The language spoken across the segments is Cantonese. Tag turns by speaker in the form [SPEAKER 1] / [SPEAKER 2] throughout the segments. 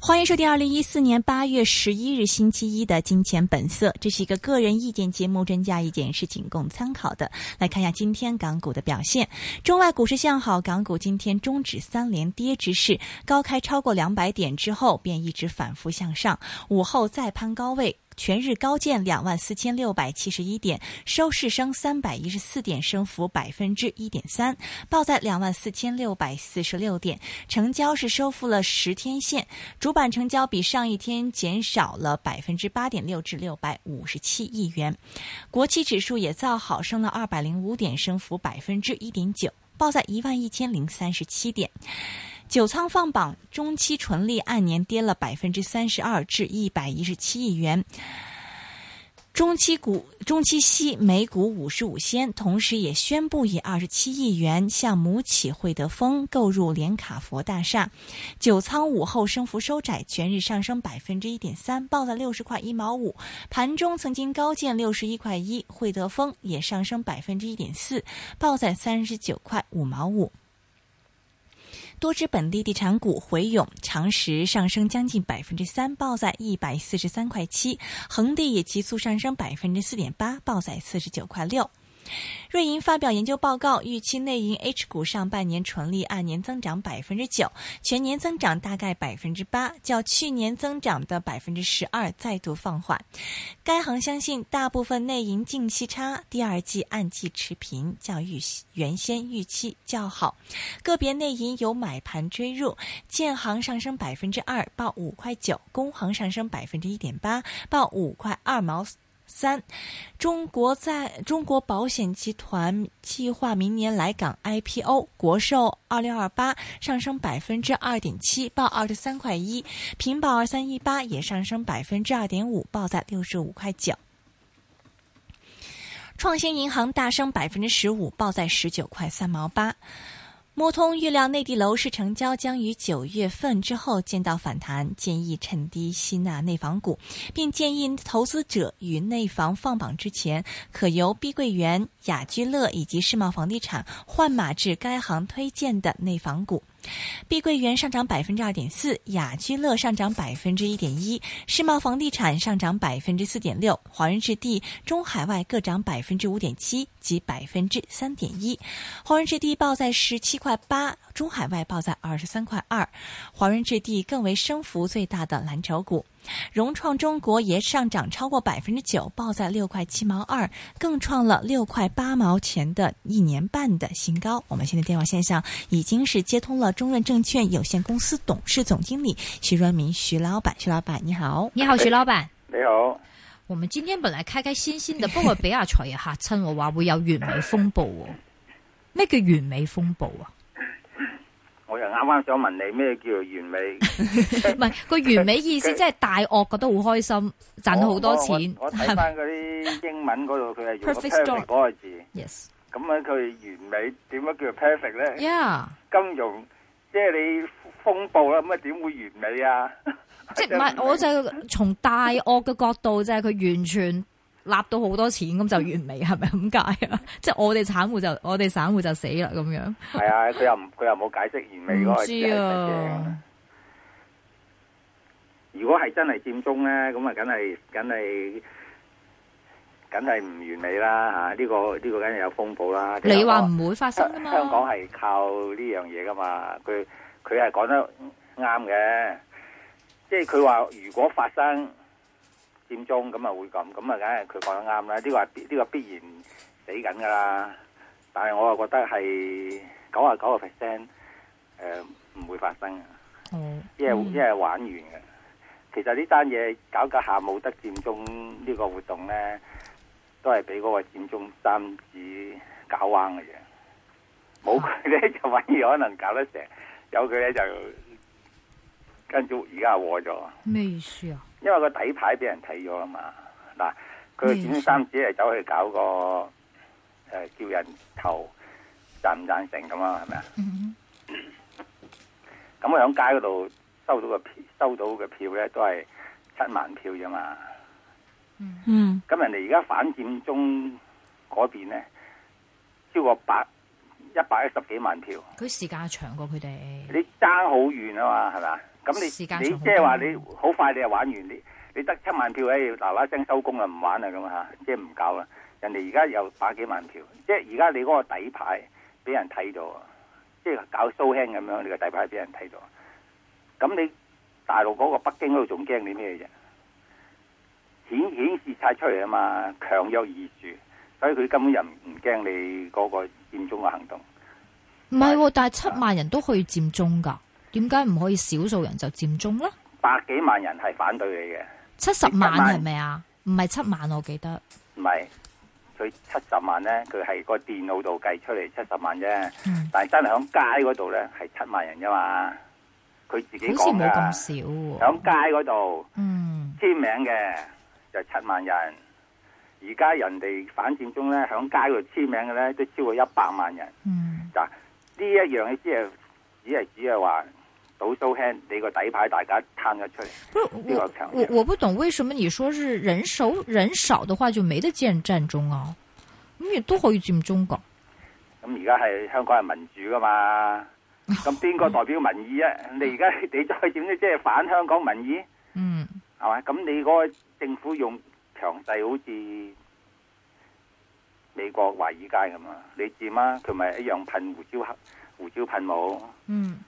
[SPEAKER 1] 欢迎收听二零一四年八月十一日星期一的《金钱本色》，这是一个个人意见节目，真假意见是仅供参考的。来看一下今天港股的表现，中外股市向好，港股今天终止三连跌之势，高开超过两百点之后便一直反复向上，午后再攀高位。全日高见两万四千六百七十一点，收市升三百一十四点，升幅百分之一点三，报在两万四千六百四十六点，成交是收复了十天线，主板成交比上一天减少了百分之八点六至六百五十七亿元，国企指数也造好，升了二百零五点，升幅百分之一点九，报在一万一千零三十七点。九仓放榜，中期纯利按年跌了百分之三十二至一百一十七亿元。中期股中期息每股五十五仙，同时也宣布以二十七亿元向母企惠德丰购入联卡佛大厦。九仓午后升幅收窄，全日上升百分之一点三，报了六十块一毛五。盘中曾经高见六十一块一，惠德丰也上升百分之一点四，报在三十九块五毛五。多只本地地产股回勇，长实上升将近百分之三，报在一百四十三块七；恒地也急速上升百分之四点八，报在四十九块六。瑞银发表研究报告，预期内银 H 股上半年纯利按年增长百分之九，全年增长大概百分之八，较去年增长的百分之十二再度放缓。该行相信，大部分内银净息差第二季按季持平，较预原先预期较好。个别内银有买盘追入，建行上升百分之二，报五块九；工行上升百分之一点八，报五块二毛。三，中国在中国保险集团计划明年来港 IPO，国寿二六二八上升百分之二点七，报二十三块一；平保二三一八也上升百分之二点五，报在六十五块九。创新银行大升百分之十五，报在十九块三毛八。摩通预料内地楼市成交将于九月份之后见到反弹，建议趁低吸纳内房股，并建议投资者与内房放榜之前，可由碧桂园、雅居乐以及世茂房地产换马至该行推荐的内房股。碧桂园上涨百分之二点四，雅居乐上涨百分之一点一，世茂房地产上涨百分之四点六，华润置地、中海外各涨百分之五点七及百分之三点一。华润置地报在十七块八，中海外报在二十三块二，华润置地更为升幅最大的蓝筹股。融创中国也上涨超过百分之九，报在六块七毛二，更创了六块八毛钱的一年半的新高。我们现在电话线上已经是接通了中润证券有限公司董事总经理徐润明徐老板，徐老板你好，
[SPEAKER 2] 你好，徐老板。
[SPEAKER 3] 你好，
[SPEAKER 2] 我們今天本來開開心心嘅，不過俾阿財爺嚇親我話會有完美風暴喎。咩叫完美風暴 啊？
[SPEAKER 3] 我又啱啱想問你咩叫完 美，
[SPEAKER 2] 唔係個完美意思，即係大鱷覺得好開心，賺到好多錢，
[SPEAKER 3] 我我我睇
[SPEAKER 2] 係咪
[SPEAKER 3] 翻嗰啲英文嗰度，佢係用個
[SPEAKER 2] Perfect
[SPEAKER 3] perfect
[SPEAKER 2] storm
[SPEAKER 3] 嗰個字，
[SPEAKER 2] ？Yes，yeah，
[SPEAKER 3] 咁樣佢完美點樣叫 perfect 咧？金融即係你風暴啦，咁啊點會完美啊？
[SPEAKER 2] 即係唔係？我就從大鱷嘅角度就係佢完全立到好多錢，咁就完美，係咪咁解啊？ 即係我哋散户就我哋散户就死啦咁樣。
[SPEAKER 3] 係啊，佢又唔佢又冇解釋完美嗰個字係
[SPEAKER 2] 唔知
[SPEAKER 3] 乜嘢
[SPEAKER 2] 啊。
[SPEAKER 3] 如果係真係佔中咧，咁啊梗係梗係梗係唔完美啦嚇！呢、個呢、個梗係有風暴啦。
[SPEAKER 2] 你話唔會發生啊噶嘛？
[SPEAKER 3] 香港係靠呢樣嘢噶嘛，佢佢係講得啱嘅，即係佢話如果發生佔中咁啊會咁，咁啊梗係佢講得啱啦，呢、個係必呢、個必然死緊噶啦，但係我又覺得係九啊九個 percent 誒唔會發生嘅，
[SPEAKER 2] 哦，
[SPEAKER 3] 因為、
[SPEAKER 2] 嗯
[SPEAKER 3] 因為玩完嘅。其實呢單嘢搞搞下冇得佔中呢個活動呢，都係俾嗰個佔中三子搞彎嘅啫。冇佢呢，就反而可能搞得成，有佢呢，就跟住而家係和咗，
[SPEAKER 2] 咩意思啊？
[SPEAKER 3] 因為個底牌俾人睇咗啦嘛。嗱，佢轉三只係走去搞個诶、呃叫人投贊唔贊成咁啊，係咪啊？
[SPEAKER 2] 嗯
[SPEAKER 3] 咁我喺街嗰度收到嘅票，收到嘅票咧都係七萬票啫嘛。
[SPEAKER 1] 嗯
[SPEAKER 3] 咁人哋而家反佔中嗰邊咧，超過百一百一十幾萬票，
[SPEAKER 2] 佢時間長過佢哋，
[SPEAKER 3] 你爭好遠啊嘛，係嘛？咁
[SPEAKER 2] 時間
[SPEAKER 3] 你你
[SPEAKER 2] 上好
[SPEAKER 3] 即係話
[SPEAKER 2] 緊
[SPEAKER 3] 你
[SPEAKER 2] 要
[SPEAKER 3] 好快你就玩完，你你得七萬票，誒嗱嗱聲收工啦，唔玩啦咁嚇，即係唔搞啦。人哋而家有百幾萬票，即係而家你嗰個底牌俾人睇到啊，即係搞 show hand 咁樣，你個底牌俾人睇到。咁你大陸嗰個北京嗰度仲驚你咩啫？顯顯示晒出嚟啊嘛，強有易樹，所以佢根本就唔唔驚你嗰個佔中嘅行動。
[SPEAKER 2] 唔係喎，但係七萬人都可以佔中㗎，點解唔可以少數人就佔中咧？
[SPEAKER 3] 百幾萬人係反對你嘅。
[SPEAKER 2] 七十萬
[SPEAKER 3] 70萬
[SPEAKER 2] 係咪啊？唔係七萬，我記得
[SPEAKER 3] 唔係，佢七十萬咧，佢係個電腦度計出嚟七十萬啫，
[SPEAKER 2] 嗯
[SPEAKER 3] 但係真係喺街嗰度咧係七萬人啫嘛，佢自己
[SPEAKER 2] 好似
[SPEAKER 3] 講
[SPEAKER 2] 冇
[SPEAKER 3] 噶，
[SPEAKER 2] 咁
[SPEAKER 3] 喺
[SPEAKER 2] 少
[SPEAKER 3] 街
[SPEAKER 2] 喎。
[SPEAKER 3] 嗰度
[SPEAKER 2] 嗯，
[SPEAKER 3] 簽名嘅就七萬人，而家人哋反佔中咧喺街嗰度簽名嘅咧都超過一百萬人，
[SPEAKER 2] 嗯，
[SPEAKER 3] 嗱呢一樣嘢只係只係只係話賭蘇輕，你個底牌大家攤咗出嚟。
[SPEAKER 2] 不是
[SPEAKER 3] 比較
[SPEAKER 2] 我
[SPEAKER 3] 強
[SPEAKER 2] 我我不懂為什麼你說是人少人少的話就沒得見佔中啊？咁亦都可以佔中噶，
[SPEAKER 3] 咁而家係香港係民主噶嘛？咁邊個代表民意啊？你而家你再點咧，即係反香港民意
[SPEAKER 2] 嗯
[SPEAKER 3] 係嘛？咁你嗰個政府用強勢好似美國華爾街咁啊？你佔啊，佢咪一樣噴胡椒胡椒噴霧，
[SPEAKER 2] 嗯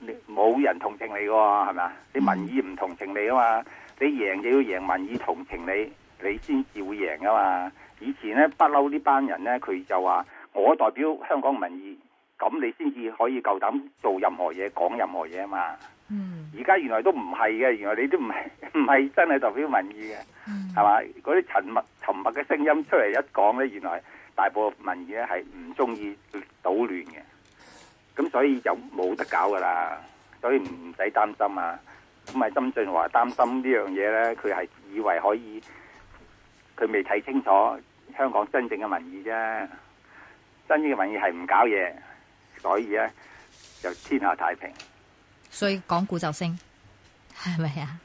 [SPEAKER 3] 你冇人同情你嘅喎，係咪啊？你民意唔同情你啊嘛，你贏就要贏民意同情你，你先至會贏啊嘛。以前咧不嬲呢班人咧，佢就話我代表香港民意，咁你先至可以夠膽做任何嘢、講任何嘢啊嘛。
[SPEAKER 2] 嗯
[SPEAKER 3] 而家原來都唔係嘅，原來你都唔係唔係真係代表民意嘅，
[SPEAKER 2] 嗯
[SPEAKER 3] 係嘛？嗰啲沉默沉默嘅聲音出嚟一講咧，原來大部分民意咧係唔中意搗亂嘅，咁所以就冇得搞噶啦，所以唔唔使擔心啊。咁啊，曾俊華擔心呢樣嘢咧，佢係以為可以，佢未睇清楚香港真正嘅民意啫。真正嘅民意係唔搞嘢，所以咧就天下太平。
[SPEAKER 2] 所以港股就升，係咪啊？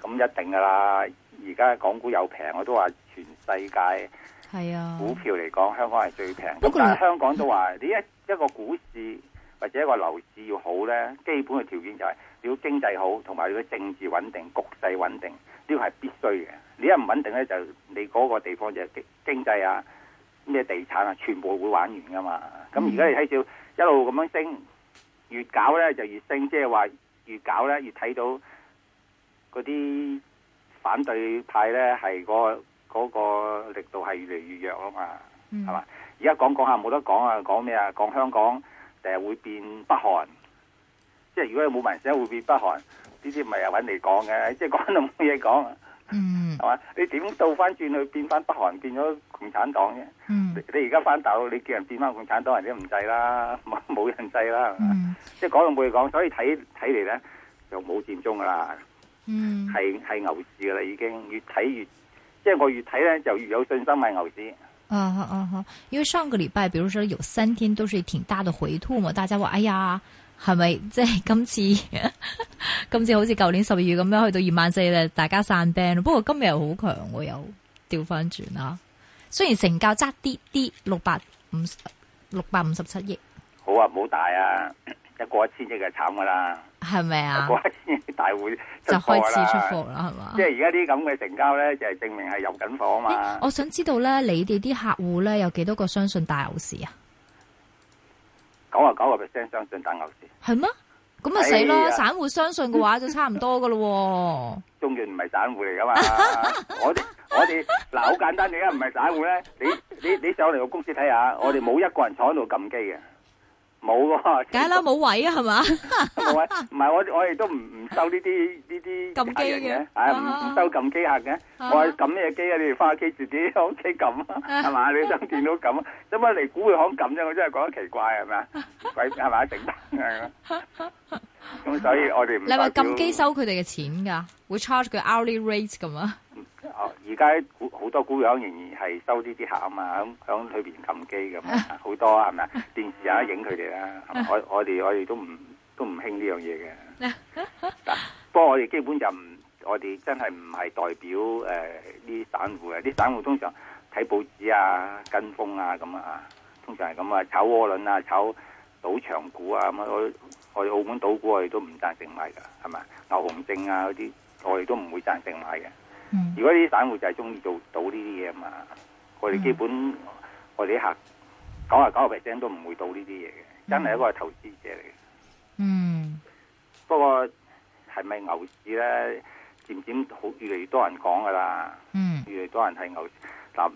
[SPEAKER 3] 咁一定噶啦！而家港股又平，我都話全世界
[SPEAKER 2] 係啊
[SPEAKER 3] 股票嚟講，香港係最平。
[SPEAKER 2] 不
[SPEAKER 3] 咁
[SPEAKER 2] 過
[SPEAKER 3] 但
[SPEAKER 2] 你
[SPEAKER 3] 係香港都話，你一一個股市或者一個樓市要好呢，基本嘅條件就係你要經濟好，同埋你嘅政治穩定、局勢穩定，呢個係必須嘅。你一唔穩定呢，就你嗰個地方就經經濟啊、咩地產啊，全部會玩完噶嘛。咁而家你睇住一路咁樣升，越搞呢就越升，即係話越搞呢，越睇到嗰啲反對派呢係嗰、嗰個力度係越嚟越弱啊嘛。
[SPEAKER 2] 係
[SPEAKER 3] 係嘛？？而家講講下冇得講啊，講咩啊？講香港第日會變北韓，即係如果冇民生會變北韓，呢啲咪又揾你講嘅，即係講到冇嘢講，啊
[SPEAKER 2] 嗯
[SPEAKER 3] 係嘛？你點倒翻轉去變翻北韓，變咗共產黨啫？
[SPEAKER 2] 嗯
[SPEAKER 3] 你你而家翻大陸，你叫人變翻共產黨，人哋都唔制啦， 冇冇人制啦，係嘛
[SPEAKER 2] 嗯
[SPEAKER 3] 即係講到冇嘢講，所以睇睇嚟咧就冇佔中噶啦，
[SPEAKER 2] 嗯，
[SPEAKER 3] 係係牛市噶啦已經，越睇越即係我越睇咧就越有信心係牛市。
[SPEAKER 2] 啊哈啊哈！因為上個禮拜，比如說有三天都是挺大的回吐嘛，大家話：哎呀，係咪即係今次 今次好似舊年十二月咁樣去到二萬四咧，大家散 band 咯。不過今日又好強喎，又調翻轉啦。雖然成交爭啲啲，六百五十六百五十七億，
[SPEAKER 3] 好啊，唔好大 啊，一過一千億就慘噶啦，
[SPEAKER 2] 係咪啊？
[SPEAKER 3] 過一千億大會
[SPEAKER 2] 就
[SPEAKER 3] 出貨
[SPEAKER 2] 開
[SPEAKER 3] 㗎
[SPEAKER 2] 始
[SPEAKER 3] 啦
[SPEAKER 2] 出貨啊啦，係嘛？
[SPEAKER 3] 啊即係而家啲咁嘅成交咧，就係、證明係入緊貨啊嘛
[SPEAKER 2] 咦。我想知道咧，你哋啲客戶咧有幾多個相信大牛市啊？
[SPEAKER 3] 九啊九個 percent 相信大牛市，
[SPEAKER 2] 係咩？咁咪死咯！
[SPEAKER 3] 哎呀
[SPEAKER 2] 散戶相信嘅話就差唔多噶咯
[SPEAKER 3] 中原唔係散户嚟噶嘛。我哋我哋嗱好簡單，你而家唔係散户咧，你你你上嚟個公司睇下，我哋冇一個人坐喺度撳機嘅，冇喎。
[SPEAKER 2] 喎，梗係啦， 冇位啊，係嘛？
[SPEAKER 3] 冇位，唔係我我哋都唔唔收呢啲呢啲
[SPEAKER 2] 撳機
[SPEAKER 3] 客人
[SPEAKER 2] 嘅
[SPEAKER 3] 係唔
[SPEAKER 2] 啊
[SPEAKER 3] 唔收撳機客嘅。我
[SPEAKER 2] 啊
[SPEAKER 3] 話撳咩機啊？你哋翻屋企自己喺屋企撳啊，係嘛？你想電腦撳啊？做乜嚟股票行撳啫？我真係覺得奇怪係咪啊？鬼係咪一定係啊咁所以我哋唔
[SPEAKER 2] 你話
[SPEAKER 3] 代表
[SPEAKER 2] 撳機收佢哋嘅錢㗎，會 charge 佢 hourly rate 咁啊？
[SPEAKER 3] 哦而家股好好多姑娘仍然係收呢啲客啊嘛，響響裏邊撳機咁啊，好多啊係咪啊？電視啊影佢哋啦，係咪我我哋我哋都唔都唔興呢樣嘢嘅。嗱不過我哋基本就唔，我哋真係唔係代表誒呢散户嘅，啲散户通常睇報紙啊、跟風啊咁啊，通常係咁啊，炒窩輪啊、炒賭場股啊咁啊，我我哋澳門賭股我哋都唔贊成買㗎，係咪？牛熊證啊嗰啲我哋都唔會贊成買嘅。
[SPEAKER 2] 嗯
[SPEAKER 3] 如果啲散户就係中意做賭呢啲嘢嘛，我哋基本、我哋啲客九啊九啊 percent 都唔會賭呢啲嘢嘅，真係一個投資者嚟嘅。
[SPEAKER 2] 嗯
[SPEAKER 3] 不過係咪牛市咧？漸漸好越嚟越多人講噶啦，
[SPEAKER 2] 嗯
[SPEAKER 3] 越嚟越多人睇牛市。嗱，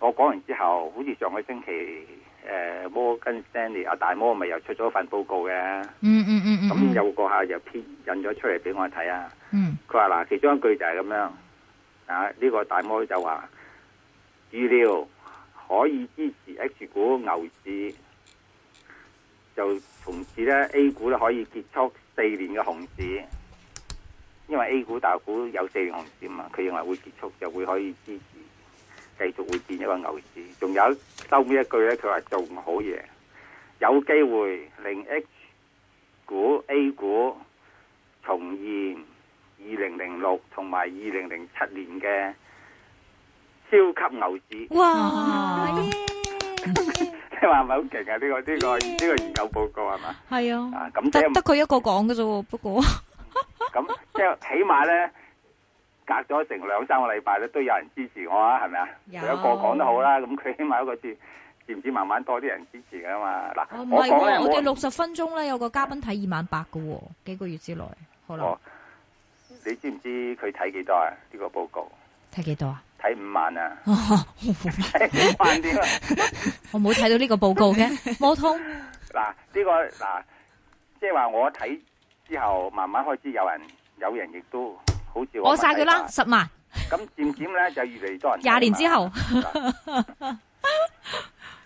[SPEAKER 3] 我講完之後，好似上個星期誒摩根 Stanley 阿大摩咪又出咗份報告嘅，
[SPEAKER 2] 嗯嗯嗯嗯，
[SPEAKER 3] 咁、有個客又編印咗出嚟俾我睇啊。
[SPEAKER 2] 嗯
[SPEAKER 3] 佢話嗱，其中一句就係咁樣，啊呢、個大摩就話預料可以支持 H 股牛市，就從此咧 A 股咧可以結束四年嘅熊市，因為 A 股大股有四年熊市嘛，佢認為會結束就會可以支持，繼續會變一個牛市。仲有收尾一句咧，佢話做唔好嘢，有機會令 H 股 A 股重現。二零零六同埋二零零七年嘅超級牛市，
[SPEAKER 1] 哇！
[SPEAKER 2] 啊
[SPEAKER 3] 你話係咪好勁啊？呢、個呢、個呢、個研究報告係嘛？
[SPEAKER 2] 係啊，
[SPEAKER 3] 啊，咁即
[SPEAKER 2] 得啊
[SPEAKER 3] 係
[SPEAKER 2] 得佢一個講嘅啫喎，不過
[SPEAKER 3] 咁即係起碼咧，隔咗成兩三個禮拜咧，都有人支持我啊，係咪啊？
[SPEAKER 2] 有
[SPEAKER 3] 有一個講都好啦，咁佢 起碼一個字，漸漸慢慢多啲人支持噶嘛。嗱，
[SPEAKER 2] 哦唔
[SPEAKER 3] 我
[SPEAKER 2] 係
[SPEAKER 3] 講
[SPEAKER 2] 喎，
[SPEAKER 3] 咧，
[SPEAKER 2] 我哋
[SPEAKER 3] 我
[SPEAKER 2] 六十分鐘咧有個嘉賓睇二萬八嘅喎，幾個月之內可能
[SPEAKER 3] 哦你知唔知佢睇幾多啊？呢、個報告
[SPEAKER 2] 睇幾多啊？
[SPEAKER 3] 睇五萬啊，
[SPEAKER 2] 哦我
[SPEAKER 3] 睇五萬啲啊。
[SPEAKER 2] 冇睇到呢個報告 嘅，摩通
[SPEAKER 3] 嗱，呢、個嗱，即係話我睇之後，慢慢開始有人，有人亦都好似
[SPEAKER 2] 我
[SPEAKER 3] 咁
[SPEAKER 2] 晒佢啦，
[SPEAKER 3] 睇
[SPEAKER 2] 十萬
[SPEAKER 3] 法。咁漸漸咧就越嚟越多人睇嘛。
[SPEAKER 2] 廿年之後，
[SPEAKER 3] 嗱，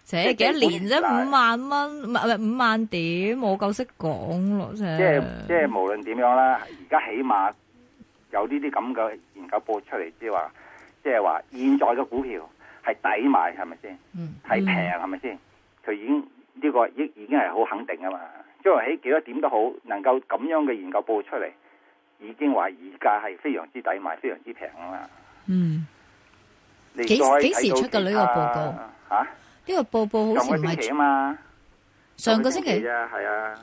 [SPEAKER 2] 切幾
[SPEAKER 3] 即
[SPEAKER 2] 多
[SPEAKER 3] 係
[SPEAKER 2] 年啫？
[SPEAKER 3] 嗱
[SPEAKER 2] 五萬蚊唔係唔係五萬點，我夠識講咯，即
[SPEAKER 3] 即係 即
[SPEAKER 2] 係
[SPEAKER 3] 係無論點樣啦，而家起碼有呢啲咁嘅研究報出嚟，即係話，即係話現在嘅股票係抵買，係咪先？
[SPEAKER 2] 嗯
[SPEAKER 3] 係平係咪先？佢已經呢、個已已經係好肯定啊嘛。因為喺幾多點都好，能夠咁樣嘅研究報出嚟，已經話而家係非常之抵買，非常之平啊嘛。
[SPEAKER 2] 嗯，
[SPEAKER 3] 你
[SPEAKER 2] 幾
[SPEAKER 3] 再睇到
[SPEAKER 2] 幾時出㗎呢個報告
[SPEAKER 3] 其他？嚇、
[SPEAKER 2] 呢個報報好
[SPEAKER 3] 上
[SPEAKER 2] 似唔
[SPEAKER 3] 個星期
[SPEAKER 2] 係
[SPEAKER 3] 啊嘛，
[SPEAKER 2] 上個星期
[SPEAKER 3] 啫，係啊，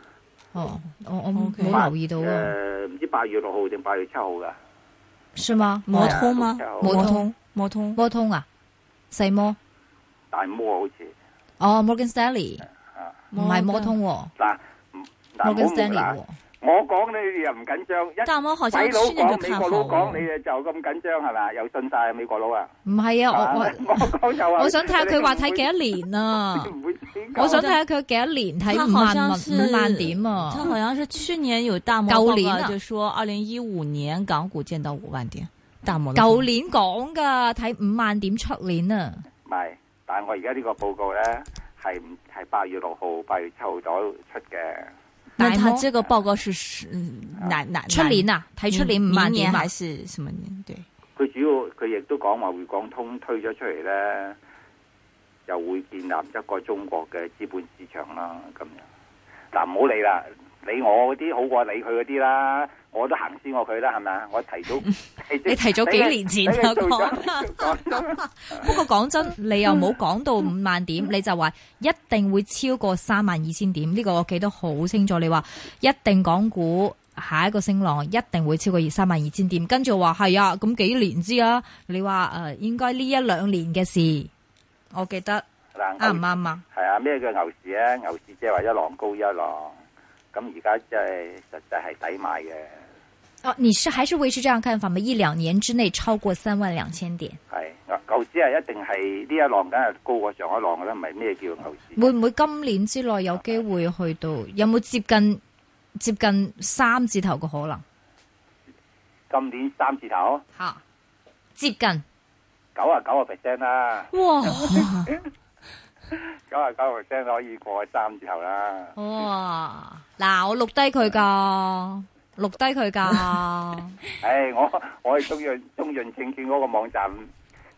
[SPEAKER 2] 哦，我我冇
[SPEAKER 1] OK
[SPEAKER 2] 冇留意到
[SPEAKER 3] 誒
[SPEAKER 2] 啊，
[SPEAKER 3] 呃唔知八月六號定八月七號㗎。
[SPEAKER 2] 是嗎？
[SPEAKER 1] 摩通
[SPEAKER 3] 係
[SPEAKER 1] 吗
[SPEAKER 3] 啊？
[SPEAKER 2] 摩通
[SPEAKER 1] 哦摩通，
[SPEAKER 2] 摩通啊，細摩
[SPEAKER 3] 大摩好似
[SPEAKER 2] 哦，Morgan Stanley
[SPEAKER 3] 啊，
[SPEAKER 2] 唔係摩通喎
[SPEAKER 3] 嗱唔
[SPEAKER 2] ，Morgan
[SPEAKER 3] 嗱唔好誤
[SPEAKER 2] Stanley
[SPEAKER 3] 嗱
[SPEAKER 2] 喎，
[SPEAKER 3] 我講你哋又唔緊張，一
[SPEAKER 1] 大摩好像
[SPEAKER 3] 鬼佬
[SPEAKER 1] 是那个
[SPEAKER 3] 講美
[SPEAKER 1] 看
[SPEAKER 3] 國
[SPEAKER 1] 好
[SPEAKER 3] 佬講，你
[SPEAKER 1] 哦，
[SPEAKER 3] 哋就咁緊張係咪？又信晒美國佬啊！
[SPEAKER 2] 唔係啊，我我
[SPEAKER 3] 啊。 我講就話，
[SPEAKER 2] 我想睇下佢話睇幾多年啊！
[SPEAKER 3] 唔會點
[SPEAKER 2] 我想睇下佢幾多年睇五萬蚊五萬點
[SPEAKER 1] 他
[SPEAKER 2] 啊！
[SPEAKER 1] 好像是去年有大摩
[SPEAKER 2] 旧
[SPEAKER 1] 报
[SPEAKER 2] 年
[SPEAKER 1] 告
[SPEAKER 2] 啊
[SPEAKER 1] 就说二零一五年港股见到五万点，大摩的报告
[SPEAKER 2] 舊年講噶，睇五萬點出年啊！
[SPEAKER 3] 唔係，但係我而家呢個報告咧係唔係八月六號、八月七號左右出嘅。
[SPEAKER 1] 那
[SPEAKER 2] 大
[SPEAKER 1] 他
[SPEAKER 2] 摩
[SPEAKER 1] 这个报告是是嗯哪哪嗯
[SPEAKER 2] 出年啊，睇出年五
[SPEAKER 1] 明
[SPEAKER 2] 萬
[SPEAKER 1] 年
[SPEAKER 2] 點啊
[SPEAKER 1] 还！是什么年？对，
[SPEAKER 3] 佢主要佢亦都講話匯港通推咗出嚟咧，就會建立一個中國嘅資本市場啦。咁樣嗱，唔好理啦，理我嗰啲好過理佢嗰啲啦，我都行先過佢啦，係咪啊？我提 早，
[SPEAKER 2] 你提早幾年前
[SPEAKER 3] 你你做咗
[SPEAKER 2] 啊不過講真，你又冇講到五萬點，你就話一定會超過三萬二千點。呢個我記得好清楚，你話一定港股。下一個升浪一定會超過二三萬二千點，跟住話係啊，咁幾年之啊？你話誒、呃、應該呢一兩年嘅事，我記得
[SPEAKER 3] 嗱
[SPEAKER 2] 啱唔啱啊？
[SPEAKER 3] 係啊，咩叫牛市咧？牛市即係話一浪高一浪，咁而家即係實際係抵買嘅，
[SPEAKER 2] 哦，你是還是維持這樣看法嗎？一兩年之內超過三萬兩千點，
[SPEAKER 3] 係牛牛市係一定係呢一浪梗係高過上一浪嘅啦，唔係咩叫牛市？
[SPEAKER 2] 會唔會今年之內有機會去到？有冇接近接近三字頭嘅可能？
[SPEAKER 3] 今年三字頭
[SPEAKER 2] 吓，接近
[SPEAKER 3] 九啊九個 percent 啦，
[SPEAKER 2] 哇
[SPEAKER 3] 九啊九個 percent 可以過三字頭啦。
[SPEAKER 2] 哇！嗱，我錄低佢噶，錄低佢噶，
[SPEAKER 3] 唉、我我係中潤中潤證券嗰個網站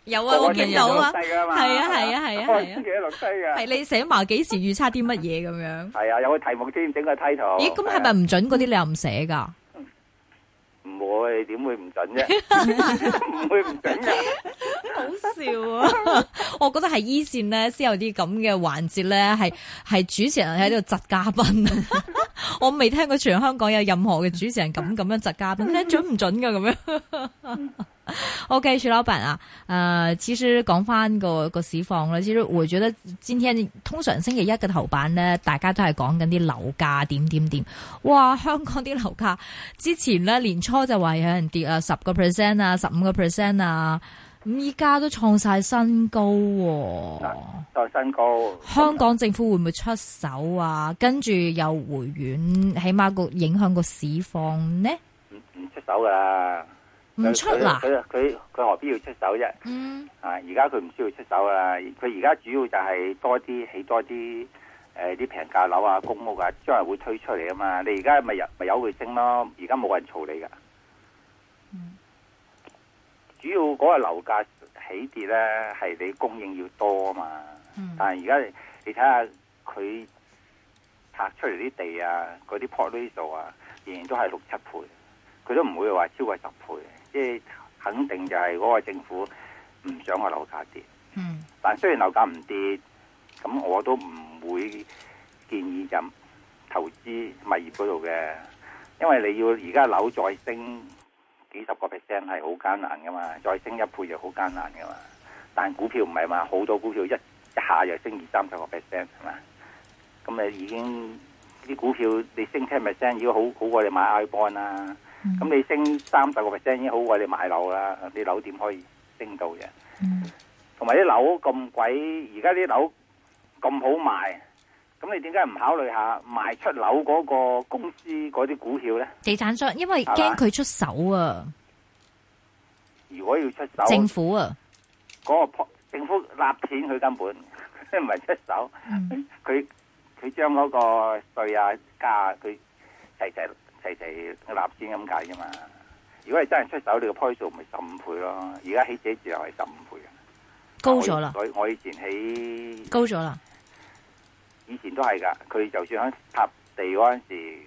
[SPEAKER 1] 有啊，
[SPEAKER 3] 個
[SPEAKER 1] 我
[SPEAKER 3] 個都
[SPEAKER 1] 見到啊，
[SPEAKER 3] 跌咗落低㗎嘛
[SPEAKER 1] 係啊係啊係啊
[SPEAKER 3] 個個
[SPEAKER 1] 係啊
[SPEAKER 3] 都跌咗落低嘅。
[SPEAKER 2] 係你寫埋幾時預測啲乜嘢咁樣？
[SPEAKER 3] 系啊，有個題目添，整個 title。
[SPEAKER 2] 咦，咁係咪唔準嗰啲你又唔寫㗎？
[SPEAKER 3] 咪唔會？點會唔準 啫？唔會唔準嘅。
[SPEAKER 2] 好笑啊！ 我覺得係 E 線咧先有啲咁嘅環節咧，係係主持人喺度窒嘉賓。我未聽過全香港有任何嘅主持人咁咁樣窒嘉賓，你準唔準噶咁樣 ？OK，徐老闆啊，呃，其實講翻個個市況啦，其實我覺得今天通常星期一嘅頭版咧，大家都係講緊啲樓價點點點。哇！香港啲樓價之前咧年初就話有人跌啊，十個 percent 啊，十五個 percent 啊，咁依家都創晒新高、喎。
[SPEAKER 3] 再新高。
[SPEAKER 2] 香港政府會唔會出手啊？跟住又回軟，起碼個影響個市況呢？
[SPEAKER 3] 唔唔出手噶啦，
[SPEAKER 2] 唔出啦
[SPEAKER 3] 佢佢佢佢何必要出手啫？
[SPEAKER 2] 嗯，
[SPEAKER 3] 啊，而家佢唔需要出手啦，佢而家主要就係多啲起多啲誒啲平價樓啊、公屋啊，將來會推出嚟啊嘛。你而家咪有咪有佢升咯，而家冇人嘈你噶。主要嗰個樓價起跌咧，係你供應要多啊嘛。
[SPEAKER 2] 嗯
[SPEAKER 3] 但係而家你你睇下佢拍出嚟啲地啊，嗰啲 plot ratio 啊，仍然都係六七倍，佢都唔會話超過十倍，即係肯定就係嗰個政府唔想個樓價跌。
[SPEAKER 2] 嗯，
[SPEAKER 3] 但雖然樓價唔跌，咁我都唔會建議就投資物業嗰度嘅，因為你要而家樓再升幾十個 percent 係好艱難噶嘛，再升一倍就好艱難噶嘛。但股票唔係嘛，好多股票一一下就升二三十個 percent 係嘛，咁你已經啲股票你升 ten percent 已經好好過你買 I bond 啦，咁你升三十個 percent 已經好過你買樓啦，你樓點可以升到嘅？同埋啲樓咁貴，而家啲樓咁好賣，咁你點解唔考慮下賣出樓嗰個公司嗰啲股票呢？
[SPEAKER 2] 地產商因為驚佢出手啊，
[SPEAKER 3] 如果要出手，
[SPEAKER 2] 政府啊，
[SPEAKER 3] 嗰個 po- 政府納錢佢根本 唔係出手，
[SPEAKER 2] 嗯
[SPEAKER 3] 佢佢將嗰個税啊加啊佢齊齊齊齊納錢咁解啫嘛。如果你真係出手，你個 p r i 咪十五倍咯。而家起寫字樓係十五倍嘅
[SPEAKER 2] 高咗啦，
[SPEAKER 3] 我以我以前起
[SPEAKER 2] 高咗啦，
[SPEAKER 3] 以前都係㗎，佢就算喺拍地嗰陣時，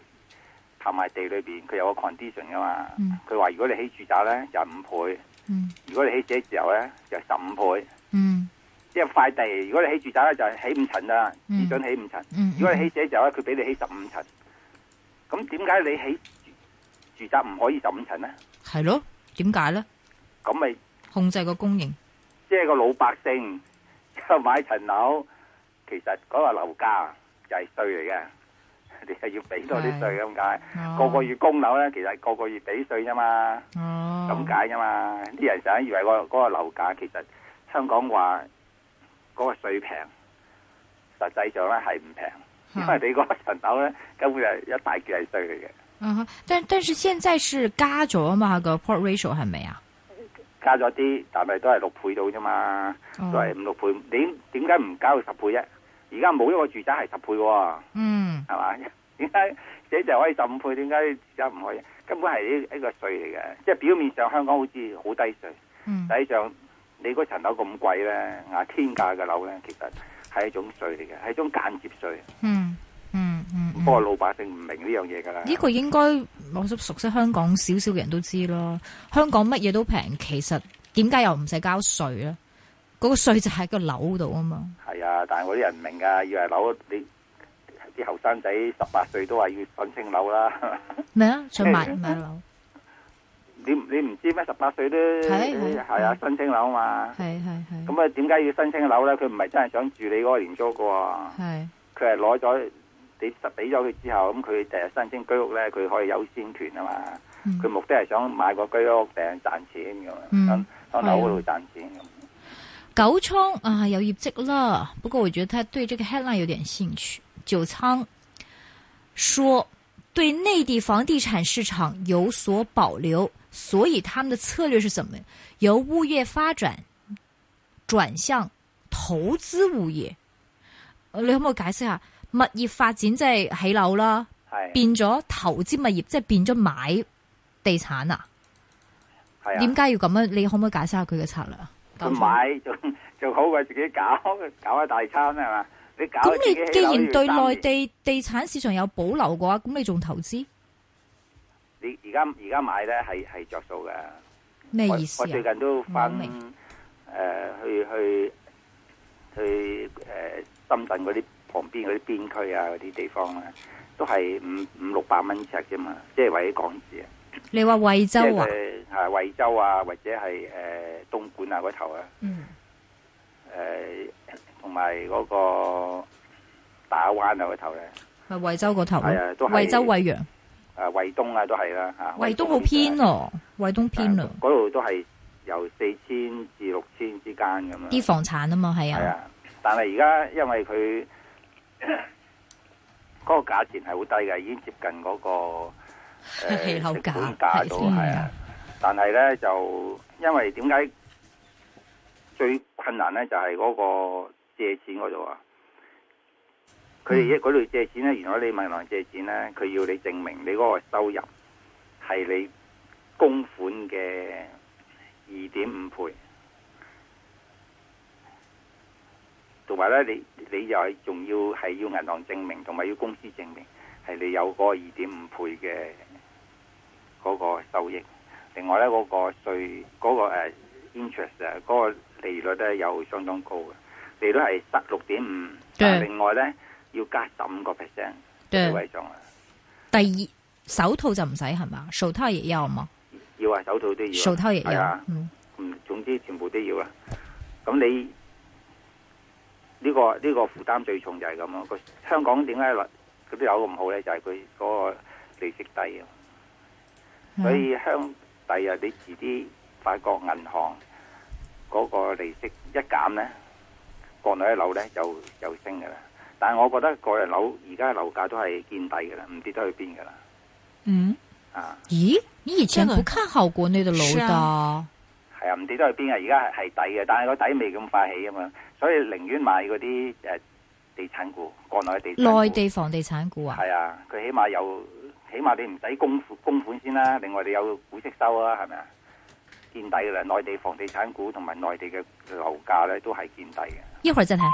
[SPEAKER 3] 拍埋地裏邊，佢有個 condition 噶嘛
[SPEAKER 2] 嗯。
[SPEAKER 3] 佢話、如果你起住宅咧就五倍，
[SPEAKER 2] 嗯
[SPEAKER 3] 如果你起寫字樓咧就十五倍，
[SPEAKER 2] 嗯
[SPEAKER 3] 即係塊地。如果你起住宅咧就係起五層啦，只
[SPEAKER 2] 嗯
[SPEAKER 3] 準起五層。
[SPEAKER 2] 嗯，
[SPEAKER 3] 如果你起寫字樓咧，佢俾你起十五層。咁點解你起住住宅唔可以十五層咧？
[SPEAKER 2] 係咯，點解咧？
[SPEAKER 3] 咁咪
[SPEAKER 2] 控制個供應，
[SPEAKER 3] 即係個老百姓就買層樓，其實嗰個樓價就係税嚟嘅，你係要俾多啲税咁解。個個月供樓咧，其實個個月俾税啫嘛，
[SPEAKER 2] 哦，
[SPEAKER 3] 咁解啫嘛。啲人成日以為個嗰個樓價其實香港話嗰個税平，實際上咧係唔平，因為你嗰層樓咧根本就係一大截係税嚟嘅，
[SPEAKER 2] 嗯哼但但是現在是加咗啊嘛，個 port ratio 係咪啊？
[SPEAKER 3] 加咗啲，但係都係六倍到啫嘛，
[SPEAKER 2] 哦
[SPEAKER 3] 都係五六倍。你點解唔加到十倍啫？而家冇一個住宅係十倍喎。
[SPEAKER 2] 嗯
[SPEAKER 3] 係嘛？ 點解寫就可以十五倍？點解而家唔可以？根本係呢一個税嚟嘅，即係表面上香港好似好低税，
[SPEAKER 2] 嗯
[SPEAKER 3] 實際上你嗰層樓咁貴咧，啊天價嘅樓咧，其實係一種税嚟嘅，係一種間接税。
[SPEAKER 2] 嗯嗯嗯
[SPEAKER 3] 不過老百姓唔明呢樣嘢㗎啦。
[SPEAKER 2] 呢個應該我熟熟悉香港少少嘅人都知咯。香港乜嘢都平，其實點解又唔使交税咧？嗰、個税就喺個樓度啊嘛。
[SPEAKER 3] 係啊，但係嗰啲人唔明㗎，以為樓你啲後生仔十八歲都話要申請樓啦。
[SPEAKER 2] 咩啊？想買買樓，
[SPEAKER 3] 你唔你唔知咩？十八歲都
[SPEAKER 2] 係係
[SPEAKER 3] 係啊，
[SPEAKER 2] 係
[SPEAKER 3] 申請樓嘛。
[SPEAKER 2] 係係係
[SPEAKER 3] 咁啊，點解要申請樓咧？佢唔係真係想住你嗰個廉租㗎喎。
[SPEAKER 2] 係
[SPEAKER 3] 佢係攞咗你實俾咗佢之後，咁佢第日申請居屋咧，佢可以優先權啊嘛。
[SPEAKER 2] 嗯
[SPEAKER 3] 佢、目的係想買個居屋定係賺錢咁
[SPEAKER 2] 嗯
[SPEAKER 3] 樣，響響樓嗰度賺錢咁。
[SPEAKER 2] 九倉啊有業績啦，不過我覺得他對這個 headline 有點興趣。九倉說對內地房地產市場有所保留，所以他們的策略是什么？由物业發展轉向投資物業。呃你可唔可以解釋下物業發展即係啊起樓啦，
[SPEAKER 3] 係
[SPEAKER 2] 變咗投資物業，即係變咗買地產啊？
[SPEAKER 3] 係
[SPEAKER 2] 點
[SPEAKER 3] 啊，
[SPEAKER 2] 解要咁樣？你可唔可以解釋下佢嘅策略啊？
[SPEAKER 3] 佢啊買仲仲好過自己搞 搞一大餐係嘛？你搞
[SPEAKER 2] 咁
[SPEAKER 3] 自己
[SPEAKER 2] 你
[SPEAKER 3] 起
[SPEAKER 2] 既
[SPEAKER 3] 樓
[SPEAKER 2] 然
[SPEAKER 3] 要
[SPEAKER 2] 對
[SPEAKER 3] 三
[SPEAKER 2] 內
[SPEAKER 3] 年
[SPEAKER 2] 地地產市場有保留嘅話，咁你仲投資
[SPEAKER 3] 你而家而家買咧係係着數嘅。
[SPEAKER 2] 咩
[SPEAKER 3] 我
[SPEAKER 2] 意思
[SPEAKER 3] 我
[SPEAKER 2] 啊
[SPEAKER 3] 最？近都翻
[SPEAKER 2] 我
[SPEAKER 3] 誒
[SPEAKER 2] 明、
[SPEAKER 3] 呃去去去誒、呃深圳嗰啲旁邊嗰啲邊區啊嗰啲地方啊，都係五五六百蚊尺啫嘛，即係為咗港紙啊，
[SPEAKER 2] 你話惠
[SPEAKER 3] 即
[SPEAKER 2] 州
[SPEAKER 3] 係
[SPEAKER 2] 啊？
[SPEAKER 3] 佢係惠州啊，或者係誒、呃、東莞啊嗰頭啊，
[SPEAKER 2] 嗯，
[SPEAKER 3] 誒同埋嗰個打灣啊嗰頭咧，
[SPEAKER 2] 咪惠州個頭
[SPEAKER 3] 係啊
[SPEAKER 2] 咯，
[SPEAKER 3] 都係
[SPEAKER 2] 惠州惠陽，
[SPEAKER 3] 誒惠東啊都係啦嚇，
[SPEAKER 2] 惠東好偏咯，惠東偏啊咯，
[SPEAKER 3] 啊嗰度都係由四千至六千之間咁樣。
[SPEAKER 2] 啲房產啊嘛，係
[SPEAKER 3] 係
[SPEAKER 2] 啊，
[SPEAKER 3] 啊，但係而家因為佢 嗰個價錢係好低嘅，已經接近嗰、 個誒
[SPEAKER 2] 起樓價
[SPEAKER 3] 成本價度
[SPEAKER 2] 係
[SPEAKER 3] 係啊。但係咧就因為點解最困難咧就係嗰個借錢嗰度啊。佢
[SPEAKER 2] 嗯
[SPEAKER 3] 哋一嗰度借錢咧，原來你問銀行借錢咧，佢要你證明你嗰個收入係你供款嘅二點五倍。同埋咧，你你又係仲要係要銀行證明，同埋要公司證明係你有嗰個二點五倍嘅嗰個收益。另外咧，嗰、個税嗰、個、誒 interest 啊，嗰個利率咧又相當高嘅，利率係十六點五，但係另外咧要加十五個 percent
[SPEAKER 2] 對
[SPEAKER 3] 位上啊，
[SPEAKER 2] 第二手套就唔使係嘛，手套也要嘛，
[SPEAKER 3] 要啊手套都要啊，
[SPEAKER 2] 手套也
[SPEAKER 3] 係
[SPEAKER 2] 要
[SPEAKER 3] 啊，，
[SPEAKER 2] 嗯，
[SPEAKER 3] 嗯，總之全部都要啊。咁你呢、個呢、個負擔最重就係咁咯。個香港點解嗰啲樓咁好咧？就係佢嗰個利息低啊。所以香第日你遲啲發覺銀行嗰個利息一減咧，國內啲樓咧就就升噶啦。但係我覺得國內樓而家樓價都係見底噶啦，唔跌得去邊噶啦。
[SPEAKER 2] 嗯，
[SPEAKER 3] 啊，
[SPEAKER 2] 咦，你以前
[SPEAKER 1] 真
[SPEAKER 2] 不
[SPEAKER 1] 的
[SPEAKER 2] 看好國內的樓
[SPEAKER 1] 是
[SPEAKER 2] 的，
[SPEAKER 3] 係啊，唔跌得去邊啊！而家係係底嘅，但係個底未咁快起啊嘛，所以寧願買嗰啲誒地產股，國內嘅地產股
[SPEAKER 2] 內地房地產股啊，
[SPEAKER 3] 係啊，佢起碼有，起碼你唔使供款供款先啦，另外你有股息收啊，係咪啊？見底㗎啦，內地房地產股同埋內地嘅樓價咧都係見底嘅。
[SPEAKER 2] 一會兒再談。